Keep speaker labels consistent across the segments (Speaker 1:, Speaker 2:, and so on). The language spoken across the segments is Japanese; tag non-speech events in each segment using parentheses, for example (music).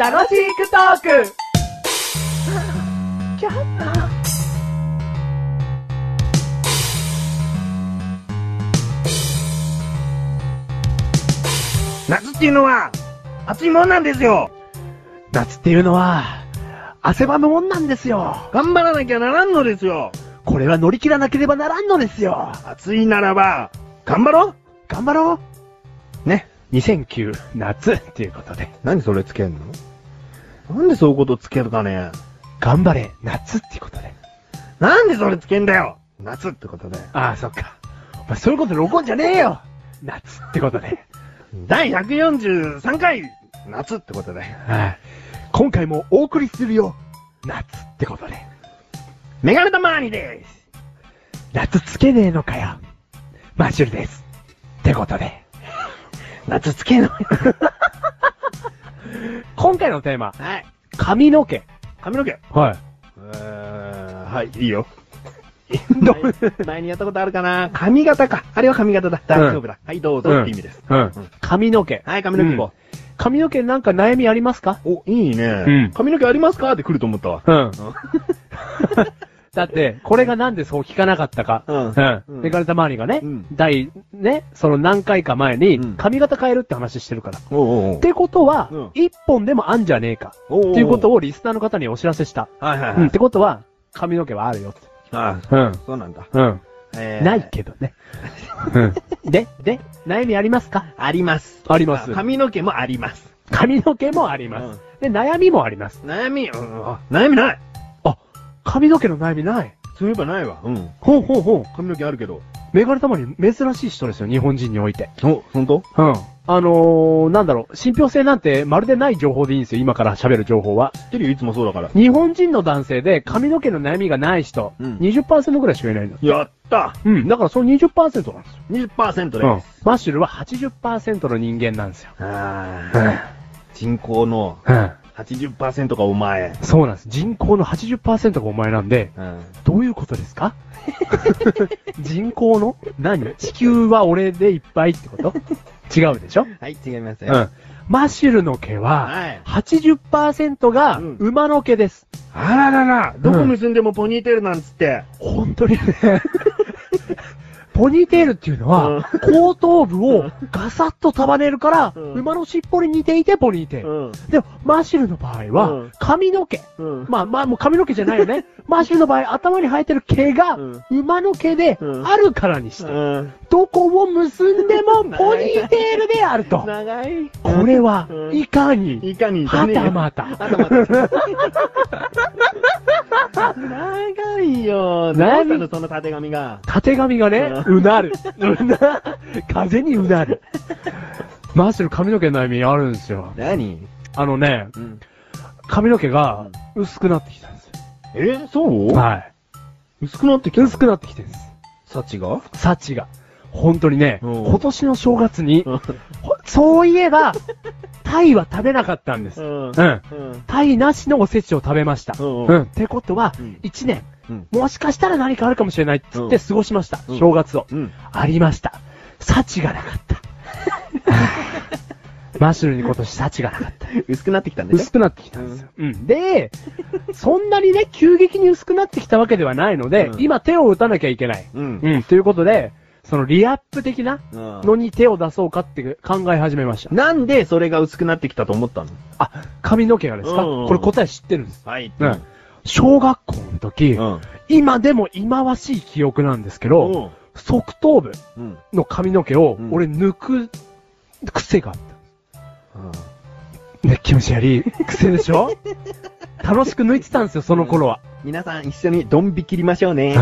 Speaker 1: 楽しくトーク
Speaker 2: 夏っていうのは、熱いもんなんですよ
Speaker 3: 夏っていうのは、汗ばむもんなんですよ。
Speaker 2: 頑張らなきゃならんのですよ
Speaker 3: これは乗り切らなければならんのですよ。
Speaker 2: 暑いならば、頑張ろう
Speaker 3: 頑張ろう。ね。2009夏っていうことで、
Speaker 2: 何それつけんのなんでそういうことつけるかね
Speaker 3: 頑張れ夏っていうことで。
Speaker 2: なんでそれつけんだよ夏ってことで。
Speaker 3: ああ、そっか。お前そういうこと録音じゃねえよ夏ってことで。
Speaker 2: 第143回、夏ってことで。
Speaker 3: はい。今回もお送りするよ。夏ってことで。
Speaker 2: メガネたまーにです
Speaker 3: 夏つけねえのかよ。マッシュルです。ってことで。
Speaker 2: 夏つけの。
Speaker 3: 今回のテーマ、
Speaker 2: はい。
Speaker 3: 髪の毛。
Speaker 2: 髪の毛。
Speaker 3: はい。
Speaker 2: えー、はい、いいよ。
Speaker 3: どう、
Speaker 2: 前にやったことあるかな髪型か。あれは髪型だ。大丈夫だ。はい、どうぞ、
Speaker 3: うん
Speaker 2: って意味です。
Speaker 3: うん髪の毛。
Speaker 2: はい、髪の毛行こ
Speaker 3: 髪の毛なんか悩みありますか
Speaker 2: う。お、いいね。
Speaker 3: うん
Speaker 2: 髪の毛ありますかって来ると思ったわ。
Speaker 3: うん。だって、これがなんでそう聞かなかったか。
Speaker 2: うん
Speaker 3: メガネタ周りがね、
Speaker 2: うん
Speaker 3: 第、ね、その何回か前に
Speaker 2: うん、
Speaker 3: 髪型変えるって話してるから。っ
Speaker 2: おうおう
Speaker 3: てことは
Speaker 2: うん、
Speaker 3: 一、本でもあんじゃねえか。
Speaker 2: おうおう
Speaker 3: っていうことをリスナーの方にお知らせした。
Speaker 2: はいはいは
Speaker 3: う
Speaker 2: い。
Speaker 3: ん。ってことは、髪の毛はあるよって。
Speaker 2: ああ、
Speaker 3: うん。
Speaker 2: そうなんだ。
Speaker 3: うん。
Speaker 2: えー
Speaker 3: ないけどね。で、で、悩みありますか
Speaker 2: あります。
Speaker 3: あります
Speaker 2: 髪の毛もあります。
Speaker 3: 髪の毛もあります。で、悩みもあります。
Speaker 2: 悩み、うん、あ悩みない。
Speaker 3: あ、髪の毛の悩みない。
Speaker 2: そういえばないわ。うん。
Speaker 3: ほうほうほう。
Speaker 2: 髪の毛あるけど。
Speaker 3: メガネたまに珍しい人ですよ、日本人において。
Speaker 2: お、ほんと
Speaker 3: うん。あのー、なんだろう、信憑性なんてまるでない情報でいいんですよ、今から喋る情報は。
Speaker 2: 知ってるよ、いつもそうだから。
Speaker 3: 日本人の男性で髪の毛の悩みがない人、
Speaker 2: うん
Speaker 3: 20%ぐらいしかいないの。
Speaker 2: やった
Speaker 3: うん、だからその20%なんですよ。
Speaker 2: !20% です。
Speaker 3: マッシュルは80%の人間なんですよ。
Speaker 2: あ
Speaker 3: う
Speaker 2: あ、
Speaker 3: ん。
Speaker 2: 人口の
Speaker 3: うん。
Speaker 2: 80%がお前。
Speaker 3: そうなんです。人口の80%がお前なんで、
Speaker 2: うん。
Speaker 3: どういうことです
Speaker 2: (laughs)
Speaker 3: か人口の何地球は俺でいっぱいってこと違うでしょ
Speaker 2: はい、違います
Speaker 3: う。ん。マシュルの毛
Speaker 2: は、
Speaker 3: はい80%が
Speaker 2: うん
Speaker 3: 馬の毛です。
Speaker 2: あららら、どこ結んでもポニーテールなんつって。
Speaker 3: 本当に
Speaker 2: (laughs)
Speaker 3: ね。ポニーテールっていうの
Speaker 2: う
Speaker 3: は
Speaker 2: ん、
Speaker 3: 後頭部をガサッと束ねるから、
Speaker 2: うん
Speaker 3: 馬の尻尾に似ていてポニーテール。
Speaker 2: ん。
Speaker 3: でも、マシュルの場合
Speaker 2: う
Speaker 3: は
Speaker 2: ん、
Speaker 3: 髪の毛。
Speaker 2: うん。
Speaker 3: まあまあ、もう髪の毛じゃないよね。マシュルの場合、頭に生えてる毛が
Speaker 2: うん、
Speaker 3: 馬の毛で
Speaker 2: うん
Speaker 3: あるからにして、
Speaker 2: うん。
Speaker 3: どこを結んでもポニーテールであると。
Speaker 2: 長い。
Speaker 3: これは、いかに、
Speaker 2: いかに
Speaker 3: はたまた。
Speaker 2: あと待って。長い
Speaker 3: 長
Speaker 2: よ。
Speaker 3: い
Speaker 2: 何なのその縦紙が。
Speaker 3: 縦紙がね、うなる。うな、風にうなる。マッシュル髪の毛の悩みあるんですよ。
Speaker 2: 何
Speaker 3: あのね、髪の毛が薄くなってきたんです
Speaker 2: え、そう
Speaker 3: よ。はい。
Speaker 2: 薄くなってき
Speaker 3: 薄くなってきてるんです。
Speaker 2: サチが
Speaker 3: 幸が。本当にね、
Speaker 2: うん
Speaker 3: 今年の正月に、
Speaker 2: うん
Speaker 3: ほそういえ
Speaker 2: (laughs)
Speaker 3: ば、タイは食べなかったんです。
Speaker 2: ん
Speaker 3: うん。
Speaker 2: うん。
Speaker 3: タイなしのおせちを食べました。
Speaker 2: うん
Speaker 3: うん。ってことは
Speaker 2: うん、
Speaker 3: 一年
Speaker 2: うん、
Speaker 3: もしかしたら何かあるかもしれないっつって過ごしました。
Speaker 2: うん
Speaker 3: 正月を。
Speaker 2: うん。
Speaker 3: ありました。幸がなか
Speaker 2: (laughs)
Speaker 3: った。マッシュルに今年幸がなかった。
Speaker 2: 薄くなってきたんでし
Speaker 3: 薄くなってきたんですよ。うん。で、そんなにね、急激に薄くなってきたわけではないので、
Speaker 2: うん
Speaker 3: 今手を打たなきゃいけない。
Speaker 2: ょうん。
Speaker 3: うん。ということで、そのリアップ的な
Speaker 2: うん
Speaker 3: のに手を出そうかって考え始めました。
Speaker 2: なんでそれが薄くなってきたと思ったの
Speaker 3: あ、髪の毛がですか
Speaker 2: うん
Speaker 3: これ答え知ってるんです。
Speaker 2: はい。
Speaker 3: うん。小学校の時
Speaker 2: う、ん。
Speaker 3: 今でも忌まわしい記憶なんですけど、側頭部
Speaker 2: うん。
Speaker 3: の髪の毛を
Speaker 2: うん
Speaker 3: 俺抜く癖があった。ね、気持ち悪い癖でし
Speaker 2: (laughs)
Speaker 3: ょ楽しく抜いてたんですよ、その頃は。
Speaker 2: 皆さん一緒にドン引き切りましょうね。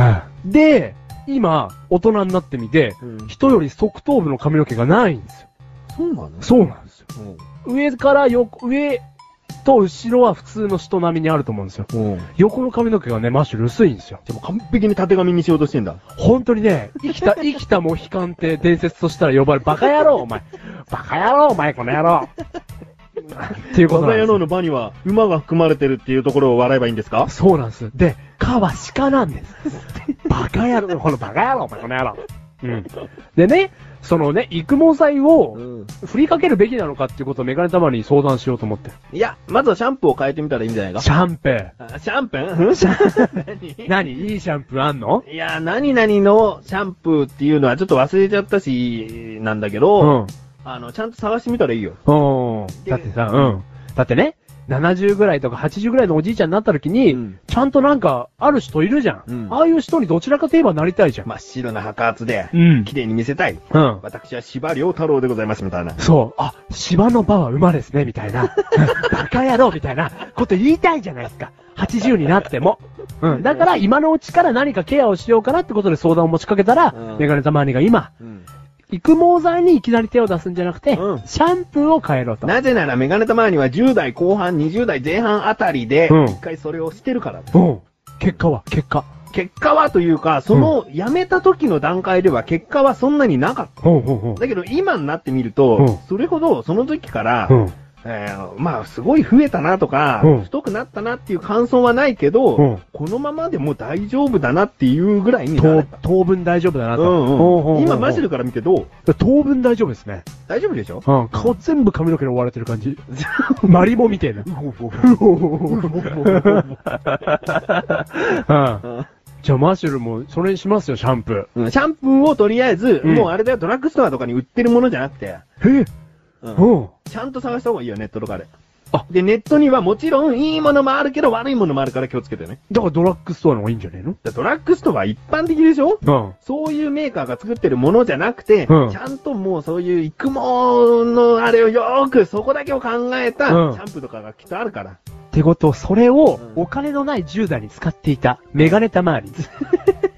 Speaker 3: で、今、大人になってみて、
Speaker 2: うん
Speaker 3: 人より側頭部の髪の毛がないんですよ。
Speaker 2: そうなの
Speaker 3: そうなんですよ。
Speaker 2: う。
Speaker 3: 上から横、上と後ろは普通の人並みにあると思うんですよ。
Speaker 2: うん。
Speaker 3: 横の髪の毛がね、マッシュル薄いんですよ。
Speaker 2: でも完璧に縦紙にしようとしてんだ。
Speaker 3: 本当にね、生き
Speaker 2: (laughs)
Speaker 3: た、生きたモヒカンって伝説としたら呼ばれる。バカ野郎、お前。バカ野郎、お前、この野郎。っていうこ
Speaker 2: バ
Speaker 3: となんです
Speaker 2: カ野郎
Speaker 3: よ。
Speaker 2: の場には馬が含まれてるっていうところを笑えばいいんですか
Speaker 3: そうなんです。で、蚊は鹿なんです。バカ野郎、このバカ野郎、お前、この野郎。うん。でね、そのね、育毛剤を
Speaker 2: うん。
Speaker 3: 振りかけるべきなのかっていうことをメガネ玉に相談しようと思って。
Speaker 2: いや、まずはシャンプーを変えてみたらいいんじゃないか
Speaker 3: シャンプー。
Speaker 2: あシャンプーんシャンプ (laughs) ー
Speaker 3: 何いいシャンプーあんの
Speaker 2: 何いや、何々のシャンプーっていうのはちょっと忘れちゃったし、なんだけど、
Speaker 3: うん。
Speaker 2: あの、ちゃんと探してみたらいいよ。
Speaker 3: うん。だってさ、うん。だってね、70ぐらいとか80ぐらいのおじいちゃんになった時に、
Speaker 2: うん
Speaker 3: ちゃんとなんか、ある人いるじゃん,、
Speaker 2: うん
Speaker 3: ああいう人にどちらかといえばなりたいじゃん。
Speaker 2: 真っ白な白髪で、
Speaker 3: うん
Speaker 2: 綺麗に見せたい。
Speaker 3: うん。
Speaker 2: 私は芝良太郎でございます、みたいな。
Speaker 3: そう。あ、芝の場は馬ですね、みたい (laughs) な。バカ野郎みたいなこと言いたいじゃないですか。80になっても。うん。だから今のうちから何かケアをしようかなってことで相談を持ちかけたら、
Speaker 2: うん
Speaker 3: メガネたまにが今、
Speaker 2: うん
Speaker 3: 育毛剤にいきなり手を出すんじゃなくて、
Speaker 2: うん
Speaker 3: シャンプーを変えろと。
Speaker 2: なぜならメガネたまには10代後半、20代前半あたりで、
Speaker 3: うん
Speaker 2: 一回それをしてるから。
Speaker 3: うん。結果は、結果。
Speaker 2: 結果はというか、その、辞めた時の段階では結果はそんなになかっ
Speaker 3: ほうほうほ
Speaker 2: た。だけど今になってみる
Speaker 3: う
Speaker 2: と
Speaker 3: ん、
Speaker 2: それほどその時から、
Speaker 3: うん。
Speaker 2: えーまあ、すごい増えたなとか、
Speaker 3: うん
Speaker 2: 太くなったなっていう感想はないけど、
Speaker 3: うん
Speaker 2: このままでもう大丈夫だなっていうぐらいにな
Speaker 3: 当
Speaker 2: った。
Speaker 3: 当分大丈夫だな
Speaker 2: う
Speaker 3: と。
Speaker 2: んうん
Speaker 3: ほうほうほう
Speaker 2: 今、マジでから見てどう
Speaker 3: 当分大丈夫ですね。
Speaker 2: 大丈夫でしょ
Speaker 3: うん。顔全部髪の毛に覆われてる感 (laughs) じ。マリモみたいな。うん。じゃあ、マッシュルも、それにしますよ、シャンプ
Speaker 2: うんシャンプーをとりあえず、
Speaker 3: うん
Speaker 2: もうあれだよ、ドラッグストアとかに売ってるものじゃなくて、
Speaker 3: ー。え
Speaker 2: うん
Speaker 3: うん。
Speaker 2: ちゃんと探した方がいいよ、ネットとかで。
Speaker 3: あ
Speaker 2: で、ネットにはもちろんいいものもあるけど悪いものもあるから気をつけてね。
Speaker 3: だからドラッグストアの方がいいんじゃねえの
Speaker 2: だドラッグストアは一般的でしょ
Speaker 3: うん。
Speaker 2: そういうメーカーが作ってるものじゃなくて、
Speaker 3: うん
Speaker 2: ちゃんともうそういう育毛のあれをよーく、そこだけを考えたシ
Speaker 3: うん
Speaker 2: ャンプーとかがきっとあるから。
Speaker 3: ってこと、それを
Speaker 2: うん
Speaker 3: お金のない10代に使っていたメガネた (laughs) まわり。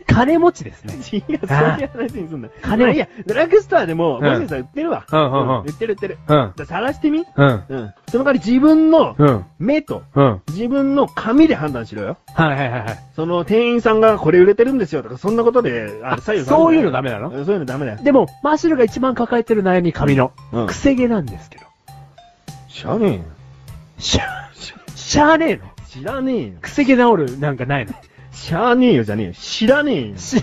Speaker 3: 金持ちですね。
Speaker 2: 違う、そういう話にすんな。
Speaker 3: 金
Speaker 2: ま
Speaker 3: を
Speaker 2: あいいや、ドラッグストアでも、
Speaker 3: うん
Speaker 2: もしかしたら売ってるわ。
Speaker 3: うんうんうん
Speaker 2: 売ってる売ってる。
Speaker 3: うん。
Speaker 2: だ探してみ
Speaker 3: うん。
Speaker 2: うん。その代わり自分の
Speaker 3: うん。
Speaker 2: 目と、
Speaker 3: うん。
Speaker 2: 自分の髪で判断しろよ。
Speaker 3: はいはいはいはい。
Speaker 2: その店員さんがこれ売れてるんですよとか、そんなことで、あ
Speaker 3: あ
Speaker 2: れ左右される
Speaker 3: そういうのダメなの
Speaker 2: うんそういうのダメだよ。
Speaker 3: でも、マッシュルが一番抱えてる悩み、髪の。
Speaker 2: うん
Speaker 3: くせ毛なんですけど。
Speaker 2: 知らね
Speaker 3: しゃ、しゃーねえの
Speaker 2: えよ。知らねえよ。
Speaker 3: くせ毛治るなんかないの
Speaker 2: 知らねえよじゃねえよ。知らねえよ。
Speaker 3: し、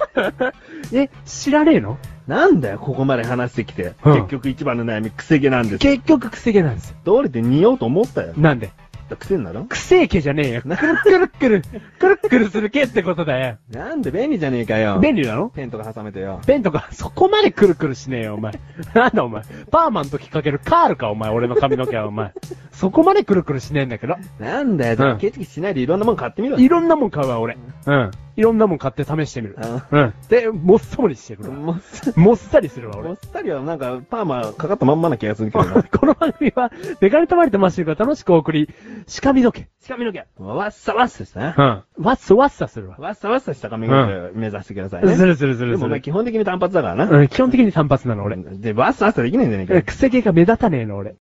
Speaker 3: (laughs) え、知らねえの
Speaker 2: なんだよ、ここまで話してきて。
Speaker 3: うん
Speaker 2: 結局一番の悩み、くせ毛なんです。
Speaker 3: 結局くせ毛なんですよ。
Speaker 2: どれで似ようと思ったよ。
Speaker 3: なんで
Speaker 2: くせになろ
Speaker 3: くせえ毛じゃねえよ。くるっくるっくる、くるっくるする毛ってことだよ。
Speaker 2: なんで便利じゃねえかよ。
Speaker 3: 便利なの
Speaker 2: ペンとか挟めてよ。
Speaker 3: ペンとか、そこまでくるくるしねえよ、お前。なんだお前。パーマンときかけるカールか、お前。俺の髪の毛は、お前。そこまでくるくるしねえんだけど。
Speaker 2: なんだよ、
Speaker 3: うん
Speaker 2: ケチケチしないでいろんなもん買ってみろよ
Speaker 3: いろんなもん買うわ、俺。うん。いろんなもん買って試してみる。うん。で、もっさりしてくるわ。
Speaker 2: もっさ
Speaker 3: もっさりするわ、俺
Speaker 2: もっ。さりはなんか、パーマかかったまんまな気がするけどな。
Speaker 3: (laughs) この番組は、メガネたまりとマッシュルが楽しくお送り、しかみの毛。
Speaker 2: しかみの毛。わっさわっさしたな。
Speaker 3: ん。わっさわっさするわ。
Speaker 2: わっさわっさした髪型目指してくださいね。
Speaker 3: するするす
Speaker 2: で
Speaker 3: るす
Speaker 2: もお前
Speaker 3: る。
Speaker 2: 基本的に単発だからな。
Speaker 3: うん、基本的に単発なの、俺。
Speaker 2: で、わっさわっさできないんじゃねえかよ。
Speaker 3: くせ毛が目立たねえの、俺。